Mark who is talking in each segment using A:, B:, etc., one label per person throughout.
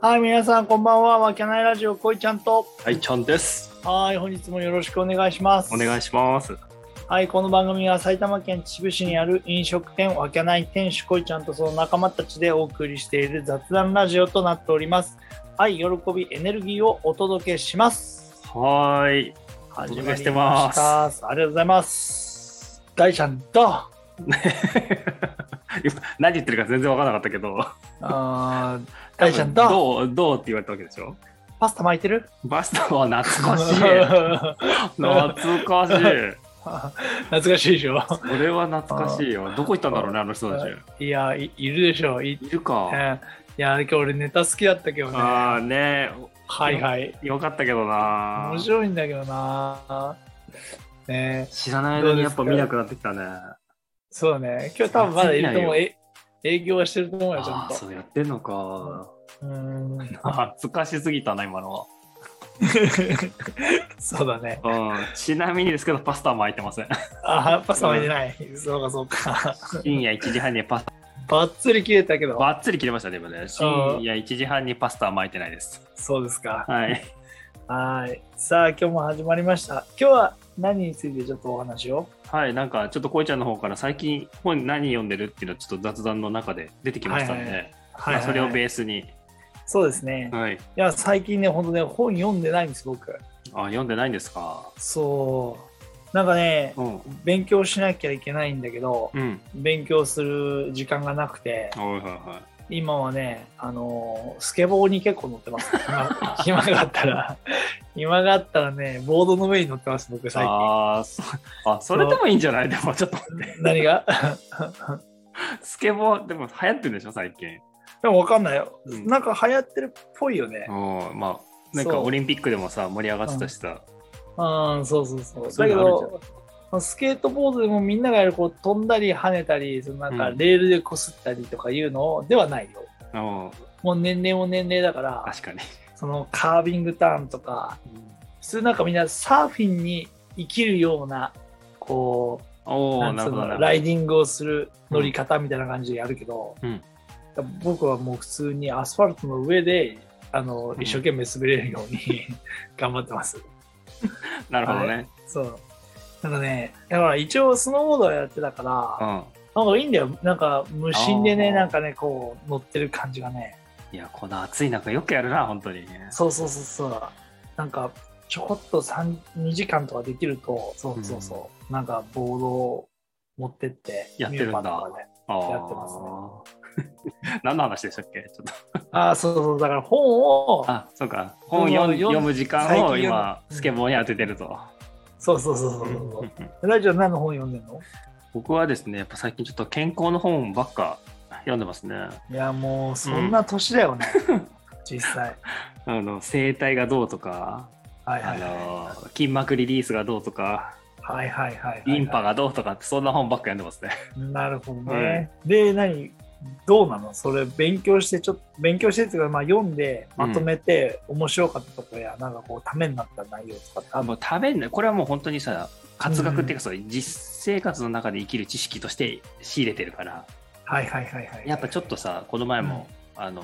A: はい、皆さん、こんばんは。わけないラジオ、こいちゃんと。
B: はい、ちゃんです。
A: はい、本日もよろしくお願いします。
B: お願いします。
A: はい、この番組は埼玉県秩父市にある飲食店わけない店主こいちゃんとその仲間たちでお送りしている雑談ラジオとなっております。愛、喜び、エネルギーをお届けします。
B: はーい。
A: 始
B: 届
A: ま
B: け
A: り
B: して
A: ま
B: ま
A: し
B: す
A: た。ありがとうございます。大ちゃんと、あ
B: 今何言ってるか全然わからなかったけど。
A: ー大ちゃん
B: 多
A: と、
B: 分どう、どうって言われたわけでしょ
A: パスタ巻いてる
B: バスタは懐 かし い。
A: 懐
B: 懐かしい。
A: かしいでしょ。
B: これは懐かしいよ。どこ行ったんだろうね、あの人たち。
A: いやい、いるでしょ。い
B: いるか。
A: ねいや、今日俺ネタ好きだったけどね。
B: ああね
A: はいはい。
B: よかったけどな
A: 面白いんだけどな。ね
B: 知らない間にやっぱ見なくなってきたね。
A: そうだね。今日多分まだいると思う。
B: 全然
A: え営業はしてると思うよ、ちゃ
B: あ
A: ん
B: あ、
A: と
B: そうやってんのか。。
A: うーん
B: 懐かしすぎたな、今のは。
A: そうだね。
B: うん、ちなみにですけど、パスタは巻いてま せん。
A: あ、やっぱ騒いでない。そうか、そうか。
B: 深夜1時半にパス
A: ばっつり切れたけど。
B: ばっつり切れましたね、今ね。深夜1時半にパスタは巻いてないです。
A: そうですか。
B: はい。
A: はい。さあ、今日も始まりました。今日は何についてちょっとお話を
B: はい、なんかちょっとこいちゃんの方から最近本何読んでるっていうのはちょっと雑談の中で出てきましたので、
A: はいはい
B: まあそれをベ
A: ー
B: ースに。
A: そうですね。
B: はい。
A: いや、最近ね、本当ね、本読んでないんです、僕。
B: あ、読んでないんですか。
A: そう。なんかね、
B: うん。
A: 勉強しなきゃいけないんだけど、
B: うん。
A: 勉強する時間がなくて、
B: はいはいは
A: 今はね、あのースケボーに結構乗ってます。 暇暇があったら、暇があったらね、ボードの上に乗ってます、僕
B: い。
A: 最近。
B: あーそあ、それでもいいんじゃないでもちょっと 待って。
A: 何が
B: スケボー、でも流行ってるんでしょ、最近。
A: でもわかんないよ。
B: うん
A: なんか流行ってるっぽいよね。
B: うん、まあ、なん
A: そ
B: か
A: う
B: オリンピックでもさ、盛り上がってたしさ。
A: うん、そうそうそう。
B: そう
A: だけ
B: いうのあるじゃん
A: ど、スケートボードでもみんながやる、こう飛んだり跳ねたり、そのなんか
B: うん
A: レールでこすったりとかいうのをではないよ。
B: うん、
A: もう年齢も年齢だから、
B: 確かに。
A: そのカービングターンとか、普通なんかみんなサーフィンに生きるような、こう、
B: おお
A: なん
B: な
A: つう
B: るほど
A: の
B: な。
A: ライディングをする乗り方みたいな感じでやるけど、
B: うん
A: 僕はもう普通にアスファルトの上であの
B: うん
A: 一生懸命滑れるように 頑張ってます。
B: なるほどね。
A: そうなんかね、だから一応スノーボードはやってたから、
B: うん。
A: なんかいいんだよ。なんか無心で
B: あ
A: ね、
B: ー
A: なんかね、こう乗ってる感じがね。
B: いや、この暑い中よくやるな、本当に。
A: そうそうそうそう。なんかちょこっと3 2時間とかできると、そうそうそう。なんかボードを持ってって、
B: やってるんだ
A: ミューパーとかね
B: あー
A: やってます
B: 何の話でしたっけちょっと。
A: ああ、そうそう、だから本を、
B: あ、そうか。
A: 本
B: 本
A: を
B: 読
A: 読ん
B: む読む時間を
A: 最近読む
B: 今、スケボーに当ててると。
A: そうそうそうそうそう。ラジオ何の本読んでんの
B: 僕はですね、やっぱ最近ちょっと健康の本ばっか読んでますね。
A: いや、もうそんな年だよね、実際。
B: あの、生体がどうとか、
A: はい
B: あ
A: はいはい。
B: の、筋膜リリースがどうとか、
A: はいはいはい。
B: リンパ。がどうとかって、そんな本ばっか読んでますね。
A: なるほど
B: は
A: ね
B: い。
A: で、何どうなのそれ勉強して、ちょっと勉強してっていうか、まあ読んで、まとめて、面白かったとこや、なんかこう、ためになった内容とかってあ
B: あ
A: る
B: もう食べんない。これはもう本当にさ、活学っていうか、そう実生活の中で生きる知識として仕入れてるから、
A: はいはいはいはい。
B: やっぱちょっとさ、この前も、あの、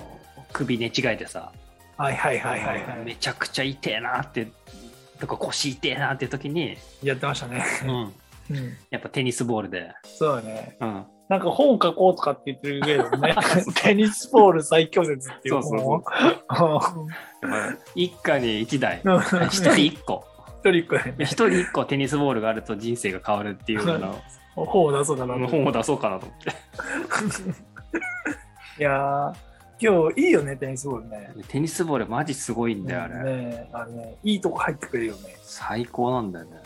B: 首寝違えてさ、
A: はいはいはいはいは
B: め
A: い。
B: ちゃくちゃ痛えなってとか腰痛えなって時に、
A: やってましたね。うん。
B: やっぱテニスボールで、
A: そうだね。
B: うん、
A: なんか本書こうとかって言ってるぐらいだもん ね。テニスボール最強説っていう本を。
B: そうそう一家に 一台
A: うん
B: 一人一個
A: 一人っ子で
B: 一人一個テニスボールがあると人生が変わるっていうような
A: 本を出 そうかな
B: あ
A: と
B: の本を出そうかなと思って
A: いやー今日いいよねテニスボールね
B: テニスボールマジすごいんだよあれ、
A: ねあれねいいとこ入ってくれるよね
B: 最高なんだよね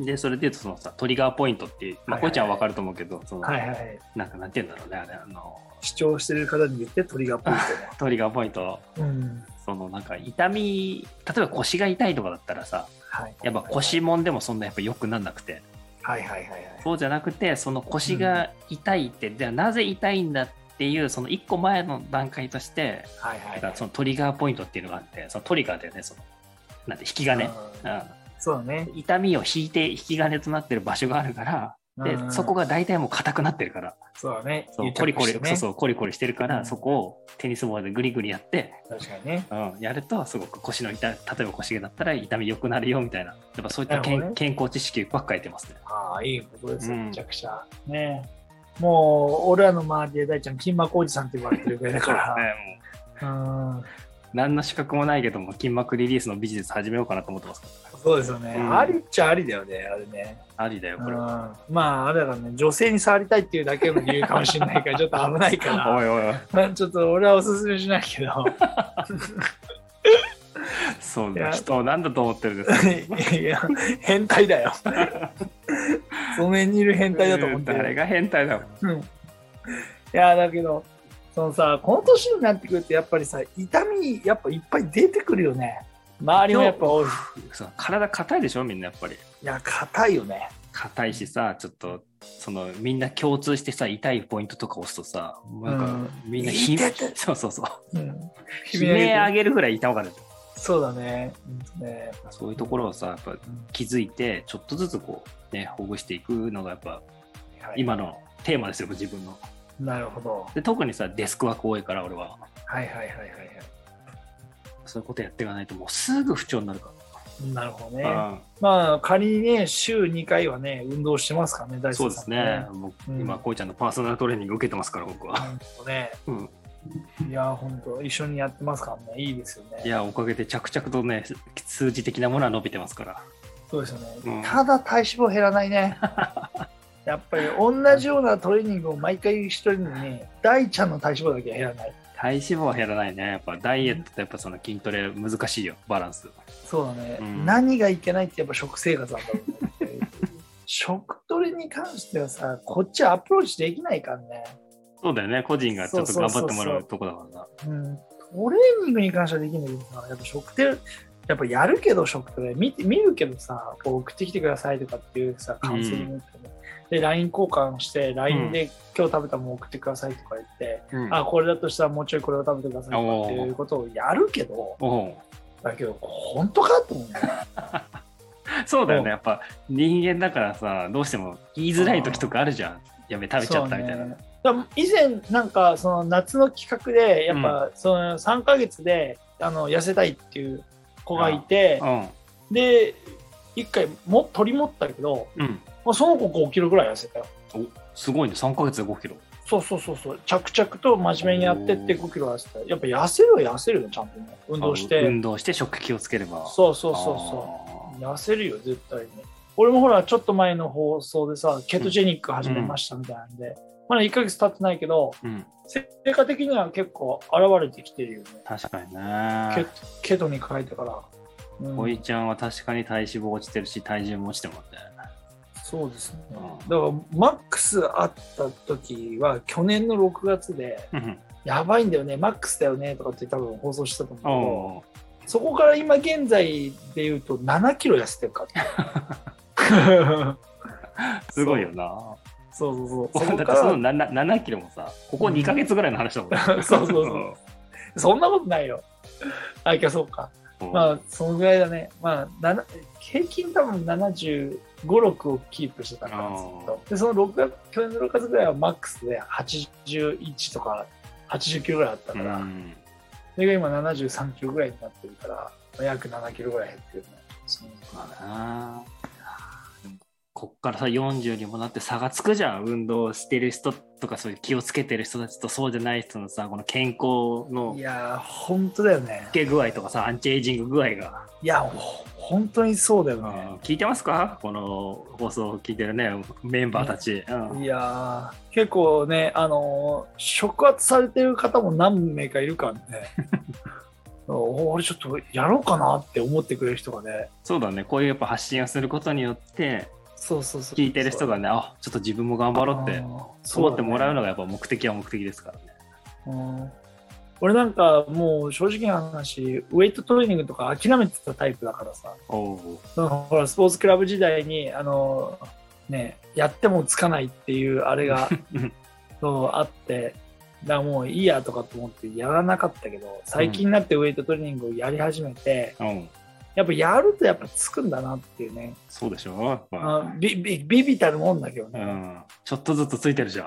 B: でそれで言うとそのさトリガーポイントっていう、ま
A: はいはい
B: あ、こいちゃんは分かると思うけど、その
A: はいはい
B: なんかなんて言うんだろうねあれあの
A: 主張してる方に言ってトリガーポイン
B: トリガーポイント
A: トね、うん
B: そのなんか痛み例えば腰が痛いとかだったらさ
A: はい、
B: やっぱ腰もんでもそんなやっぱ良くなんなくて
A: はいはいはいはい
B: そうじゃなくてその腰が痛いって、じゃあなぜ痛いんだっていうその一個前の段階として
A: はいはい
B: だか
A: はい
B: らそのトリガーポイントっていうのがあってそのトリガーだよねそのなんて引き金、
A: うん
B: うん
A: そうだね
B: 痛みを引いて引き金となってる場所があるからで、
A: うん
B: そこが大体もう硬くなってるから、
A: そうだね
B: そう
A: 癒着
B: コリコリ、
A: して
B: そう
A: ね
B: そう、コリコリしてるから、
A: うん
B: そこをテニスボールでグリグリやって、
A: 確かにね
B: うん、やるとすごく腰の痛い、例えば腰がだったら痛み良くなるよみたいな、やっぱそういったけん
A: なるほど
B: 健康知識ばっかり出てますね。
A: ああいいことですよ
B: うん
A: めちゃくちゃ、ねもう俺らの周りで大ちゃん筋膜おじさんって言われてるぐらいだか
B: そう
A: ら
B: ですねもう
A: うん
B: 何の資格もないけども、筋膜リリースのビジネス始めようかなと思ってます。
A: そうですよね、
B: うん
A: ありっちゃありだよねあれね
B: ありだよ、これは。
A: うんまああれだからね女性に触りたいっていうだけの理由かもしれない からちょっと危ないか
B: おいおいおい、
A: らちょっと俺はおすすめしない けど
B: そん
A: い
B: な
A: や
B: 人を何だと思ってるんですか
A: いや変態だ よその辺にいる変態だと思ってる
B: 誰が変態だろ
A: うんいやだけどそのさこの年になってくるとやっぱりさ痛みやっぱいっぱい出てくるよね周りもやっぱ多い
B: そう体硬いでしょみんなやっぱり
A: いや硬いよね
B: 硬いしさちょっとそのみんな共通してさ痛いポイントとか押すとさなんか、みんなひ
A: 痛い痛い
B: そうそうそう
A: うん
B: 悲鳴上げるぐらい痛がる
A: そうだね,、うん、ね
B: そういうところをさやっぱ気づいてちょっとずつこうねほぐしていくのがやっぱ
A: はい
B: 今のテーマですよ自分の
A: なるほど
B: で特にさデスクワーク多いから俺は
A: はいはいはいはいは
B: そういうことやっていかないともうすぐ不調になるか
A: いなるほどね
B: ら、うん
A: まあ仮にね週2回はね運動してますからね大輔
B: そうで
A: さん
B: すね。僕、
A: うん
B: 今、こうちゃんのパーソナルトレーニング受けてますから、僕は。
A: ほんとね
B: うん、
A: いや本当一緒にやってますからねいいですよね
B: いや、おかげで着々とね、数字的なものは伸びてますから。
A: そうですよね、
B: うん
A: ただ体脂肪減らない ねやっぱり同じようなトレーニングを毎回してるのに大ちゃんの体脂肪だけは減らない
B: 体脂肪は減らないね。やっぱダイエットとやっぱその筋トレ難しいよ、バランス。
A: そうだね、
B: うん
A: 何がいけないってやっぱ食生活なんだろう ね食トレに関してはさこっちはアプローチできないからね、
B: そうだよね、個人がちょっと頑張ってもらうとこだからな。
A: うん、トレーニングに関してはできないけどさやっぱ食トレやっぱやるけど食トレ見て見るけどさこう送ってきてくださいとかっていうさカウンセリングってね、で LINE 交換して LINE で今日食べたもん送ってくださいとか言って、
B: うん
A: あこれだとしたらもうちょいこれを食べてくださいとかっていうことをやるけど
B: おう
A: だけど本当か と思うね
B: そうだよね、やっぱ人間だからさ、どうしても言いづらい時とかあるじゃん。やべ、食べちゃったみたい
A: そう
B: な。
A: ねだから以前なんかその夏の企画でやっぱその3ヶ月であの痩せたいっていう子がいてで1回も取り持ったけど
B: うん。うん。
A: まあその子5キロぐらい痩せたよ
B: おすごいね、3ヶ月で5キロ。
A: そうそうそうそう着々と真面目にやってって5キロ痩せたやっぱ痩せるは痩せるよちゃんとね運動し
B: あ
A: て
B: 運動して食器をつければ。
A: そうそうそうそう
B: う
A: 痩せるよ絶対に俺もほらちょっと前の放送でさケトジェニック始めましたみたいなんで、まだ1ヶ月経ってないけど
B: うん、
A: 成果的には結構現れてきてるよね
B: 確かに
A: ケ
B: ね。
A: ケトに変えてから、うん
B: おいちゃんは確かに体脂肪落ちてるし、体重も落ちてもらって。
A: そうですねだか
B: う
A: らマックスあった時は去年の6月で
B: うん。
A: やばいんだよねマックスだよねとかって多分放送してたと思う
B: おう
A: けどそこから今現在でいうと7キロ痩せてるから
B: すごいよな。
A: そうそうそう
B: だってその 7, 7キロもさ、ここ2ヶ月ぐらいの話だもんね。
A: そうそうそうそんなことないよ。あ、いや、そうか。
B: うん
A: まあ、そのぐらいだね。まあ、なな平均多分75、6をキープしてたから、ずっと。で、その6月、去年の6月ぐらいはマックスで81とか89ぐらいあったから、
B: うん
A: それが今73キロぐらいになってるから、まあ約7キロぐらい減ってるね。そう
B: まあなでもこっからさ40にもなって差がつくじゃん運動してる人とかそういう気をつけてる人たちとそうじゃない人のさこの健康の
A: いやー、本当だよね
B: つ。け具合とかさアンチエイジング具合が、
A: いや、ほ本当にそうだよね。
B: 聞いてますかこの放送を聞いてるねメンバーたち、うん
A: いやー結構ね、あのー触発されてる方も何名かいる からねお俺ちょっとやろうかなって思ってくれる人がね
B: そうだねこういうやっぱ発信をすることによって
A: そうそうそう
B: 聞いてる人がねあちょっと自分も頑張ろうってそう思ってもらう
A: が、
B: のがやっぱ目的は目的ですからね
A: うん俺なんかもう正直な話ウェイトトレーニングとか諦めてたタイプだからさ
B: おう
A: そのほらスポーツクラブ時代にあのーねやってもつかないっていうあれが
B: うん
A: そうあってだからもういいやとかと思ってやらなかったけど最近になってウェイトトレーニングをやり始めて、
B: うん
A: やっぱやるとやっぱつくんだなっていうね、
B: そうでしょ、まあ
A: あビビビビたるもんだけど
B: う
A: ね、
B: ん、ちょっとずつついてるじゃ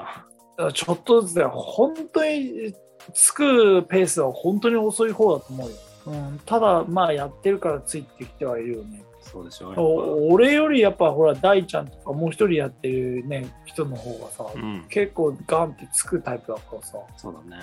B: ん。
A: ちょっとずつだよ本当につくペースは本当に遅い方だと思うよ、うん、ただまあやってるからついてきてはいるよね
B: そうでしょやっ
A: お俺よりやっぱほら大ちゃんとかもう一人やってるね人の方がさ、
B: ぱ。うん、
A: 結構ガンってつくタイプだからさ
B: そうだね。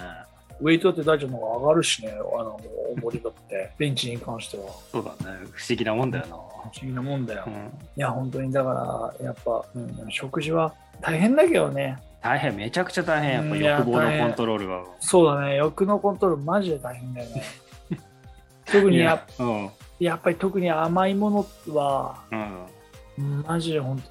A: ウェイトだって大ちゃんの方が上がるしねあの重りだ ってベンチに関しては
B: そうだね。不思議なもんだよ
A: 不思議なもんだよ、
B: な。う
A: い
B: ん、
A: や本当にだからやっぱ、うん、食事は大変だけどね
B: 大変、めちゃくちゃ大変。
A: うん
B: やっぱ欲望
A: いや大
B: の
A: 変
B: コントロールが。
A: そうだね欲のコントロールマジで大変だよ ね特にや
B: いやうん。
A: やっぱり特に甘いものは
B: うん。
A: マジで本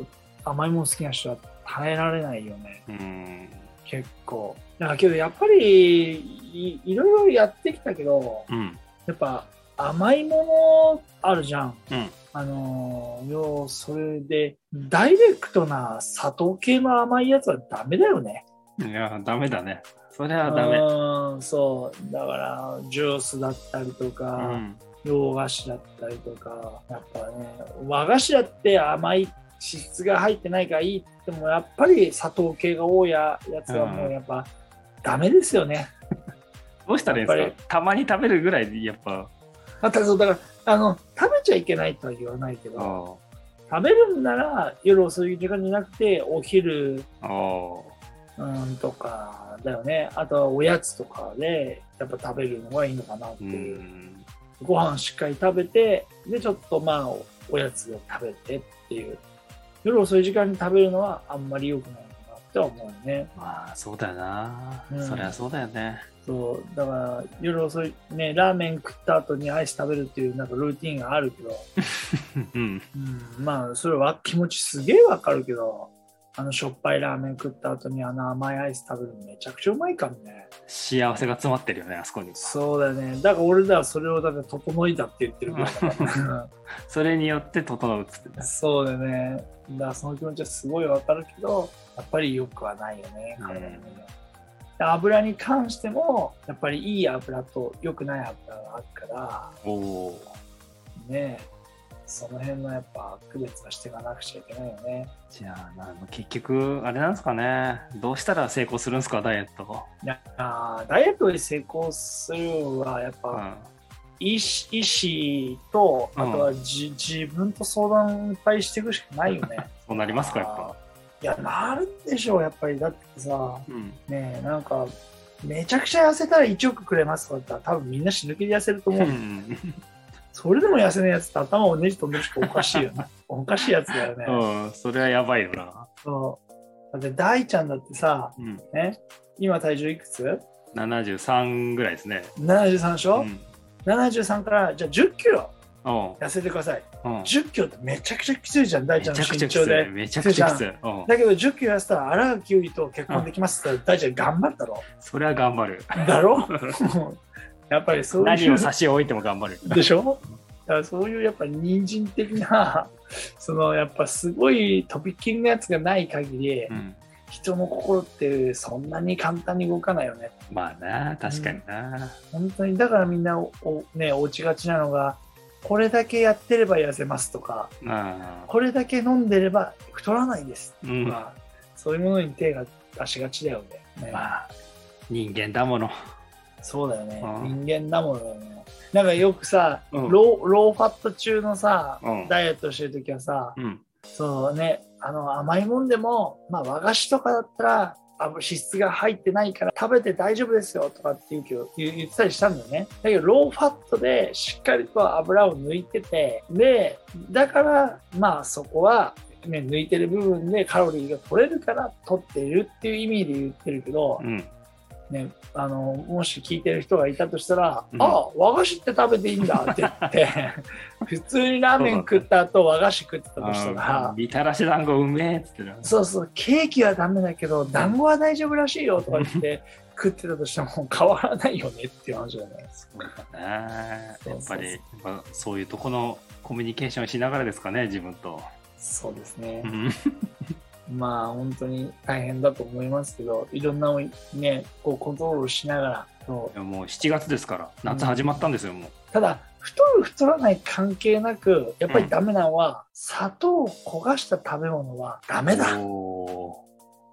A: 当甘いもの好きな人は耐えられないよね
B: うん。
A: 結構だけどやっぱりいいろいろやってきたけど
B: うん。
A: やっぱ甘いものあるじゃん、
B: うん
A: あのー要それでダイレクトな砂糖系の甘いやつはダメだよね
B: いや、ダメだね。それはダメ。
A: うんそうだからジュースだったりと
B: う
A: か、
B: ん。
A: 洋菓子だったりとかやっぱね和菓子だって甘い脂質が入ってないからいいってもやっぱり砂糖系が多いややつはもうやっぱダメですよね。
B: どうしたらいいん
A: やっ
B: で
A: ぱ
B: すかたまに食べるぐらいで、やっぱ。
A: あたそうだからあの食べちゃいけないとは言わないけど
B: あ
A: 食べるんなら夜遅い時間じゃなくてお昼
B: あ。あ
A: うんとかだよねあとはおやつとかでやっぱ食べるのがいいのかなって
B: う
A: いう、
B: ん。
A: ご飯しっかり食べてでちょっとまあおおやつを食べてっていう夜遅い時間に食べるのはあんまり良くないかなっては思うよね
B: まあ、そうだよな。
A: うん
B: そりゃそうだよね。
A: そうだから夜遅いねラーメン食った後にアイス食べるっていうなんかルーティンがあるけど、
B: うん。
A: うん、まあそれは気持ちすげえわかるけどあのしょっぱいラーメン食った後にあの甘いアイス食べるのめちゃくちゃうまいからね
B: 幸せが詰まってるよね、あそこに。
A: そうだよねだから俺らはそれをだから整いだって言ってるから、うん
B: それによって整うっつってね。
A: そうだね。だからその気持ちはすごいわかるけど、やっぱり良くはないよね、
B: うん
A: 体にもね。で油に関しても、やっぱりいい油と良くない油があるか
B: おお
A: ら、
B: ー。
A: ね、その辺のやっぱ区別はしていかなくちゃいけないよね。
B: じゃあ、まあ結局、あれなんですかね。どうしたら成功するんですか、ダイエット。
A: いやあーダイエットで成功するのは、やっ
B: う
A: ぱ
B: ん。
A: 意思、意思と、あとはじ、自分と相談いっぱいしていくしかないよ ね。
B: そうなりますか、やっぱ。
A: いや、なるでしょう、やっぱり。だってさ、
B: うん。
A: ねえなんかめちゃくちゃ痩せたら1億くれますとかだったら多分みんな死ぬ気で痩せると
B: う
A: 思う、
B: ん。
A: それでも痩せないやつって頭をねじ飛んでるしかおかしいよ ねおかしいやつだよね、
B: うん。それはやばいよな。
A: そうだって大ちゃんだってさ
B: うん。
A: ね今体重いくつ
B: 73ぐらいですね。
A: ?73でし
B: う
A: ょ、
B: ん。
A: 73からじゃあ1 0キロ
B: うん
A: 痩せてください
B: うん。
A: 1 0キロってめちゃくちゃきついじゃん大
B: め
A: ち
B: ち
A: ゃ
B: ゃ
A: ん
B: く
A: の
B: ちゃ
A: 身
B: きつ
A: 長
B: い。
A: で
B: めちゃくちゃきつい。うん。
A: だけど1 0キロ痩せたら荒垣結衣と結婚できますって言ったら大ちゃん頑張ったろ
B: それは頑張る。
A: だ ろやっぱりそういう
B: 何を差し置いても頑張る。
A: でしょだからそういうやっぱ人参的なそのやっぱすごいとびっきりのやつがない限り、
B: うん。
A: 人の心ってそんなに簡単に動かないよね
B: まあな、確かにな。
A: 本当にだからみんなおおね落ちがちなのがこれだけやってれば痩せますとか
B: うん。
A: これだけ飲んでれば太らないです
B: う
A: と
B: ん。ま
A: か、そういうものに手が出しがちだよねね
B: あ、人間だもの。
A: そうだよね、
B: うん
A: 人間だものだよねなんかよくさ、
B: うん
A: ローローファット中のさ、
B: うん
A: ダイエットしてるときはさ、
B: うん。
A: そうね、あの甘いもんでも、まあ、和菓子とかだったらあ脂質が入ってないから食べて大丈夫ですよとかって言うけど言言ってたりしたんだよねだけどローファットでしっかりと油を抜いててでだからまあそこは、ね、抜いてる部分でカロリーが取れるから取っているっていう意味で言ってるけど
B: う、ん。
A: ね、あのもし聞いてる人がいたとしたら「
B: うん
A: ああ和菓子って食べていいんだ」って言って 普通にラーメン食った後和菓子食ってたとしたら
B: うんみたらし団子うめえっつってな。
A: そうそう、ケーキはダメだけど、団子は大丈夫らしいよとか言って、食ってたとしても変わらないよねっていう話だよね。
B: そうだね。
A: そうそ
B: や
A: う
B: っ
A: そ
B: ぱ
A: う
B: り、まあ、そういうとこのコミュニケーションをしながらですかね、自分と。
A: そうですね
B: う。ん。
A: まあ本当に大変だと思いますけど、いろんなのをね、こうコントロールしながら、そう
B: いやもう7月ですから、夏始まったんですよ、もう。
A: ただ、太る太らない関係なく、やっぱりダメなのは、砂糖を焦がした食べ物はダメだ。
B: お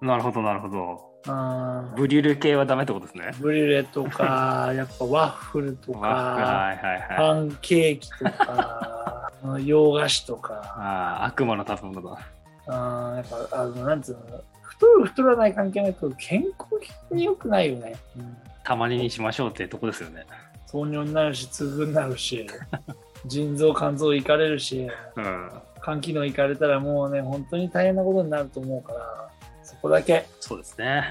B: ーなるほど、なるほど。
A: うん
B: ブリュレ系はダメってことですね。
A: ブリュレと か、やっぱワッフルとか、
B: はいはいはい。
A: パンケーキと か、うん洋菓子とか、
B: ああ、悪魔の食べ物だ。
A: うんやっぱ、あの、なんつうの、太る太らない関係なく、健康的に良くないよね。うん
B: たまににしましょうってとこですよね。
A: 糖尿になるし痛風になる し腎臓肝臓いかれるし
B: うん。
A: 肝機能いかれたらもうね本当に大変なことになると思うからそこだけ
B: そうですね。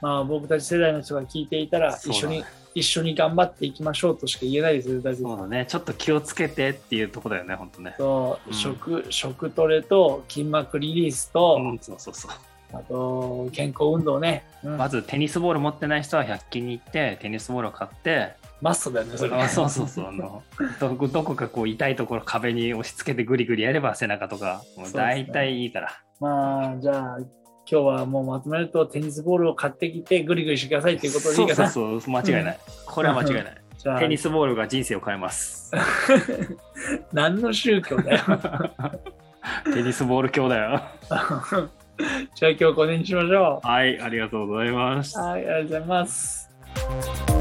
A: まあ僕たち世代の人が聞いていたら
B: そう
A: 一
B: だ
A: 緒に、
B: ね
A: 一緒に頑張っていきましょうとしか言えないですよ大丈
B: そ
A: 夫
B: うだね。ちょっと気をつけてっていうとこだよね、本当ね。
A: そう、
B: うん
A: 食食トレと筋膜リリースと、
B: うん、そうそうそう。
A: あと健康運動ね、うん
B: まずテニスボール持ってない人は100均に行ってテニスボールを買って
A: マストだよねそれ
B: あそうそうそうあのどこどこかこう痛いところ壁に押し付けてグリグリやれば背中とかもう大体いいから
A: まあじゃあ今日はもうまとめるとテニスボールを買ってきてグリグリしてくださいっていうことでいいかな
B: そうそうそう間違いない、これは間違 いない
A: じゃあ
B: テニスボールが人生を変えます
A: 何の宗教 だよ。
B: テニスボール教だよ
A: じゃあ今日これにしましょ
B: はいありがとうございます
A: う。はい、ありがとうございます。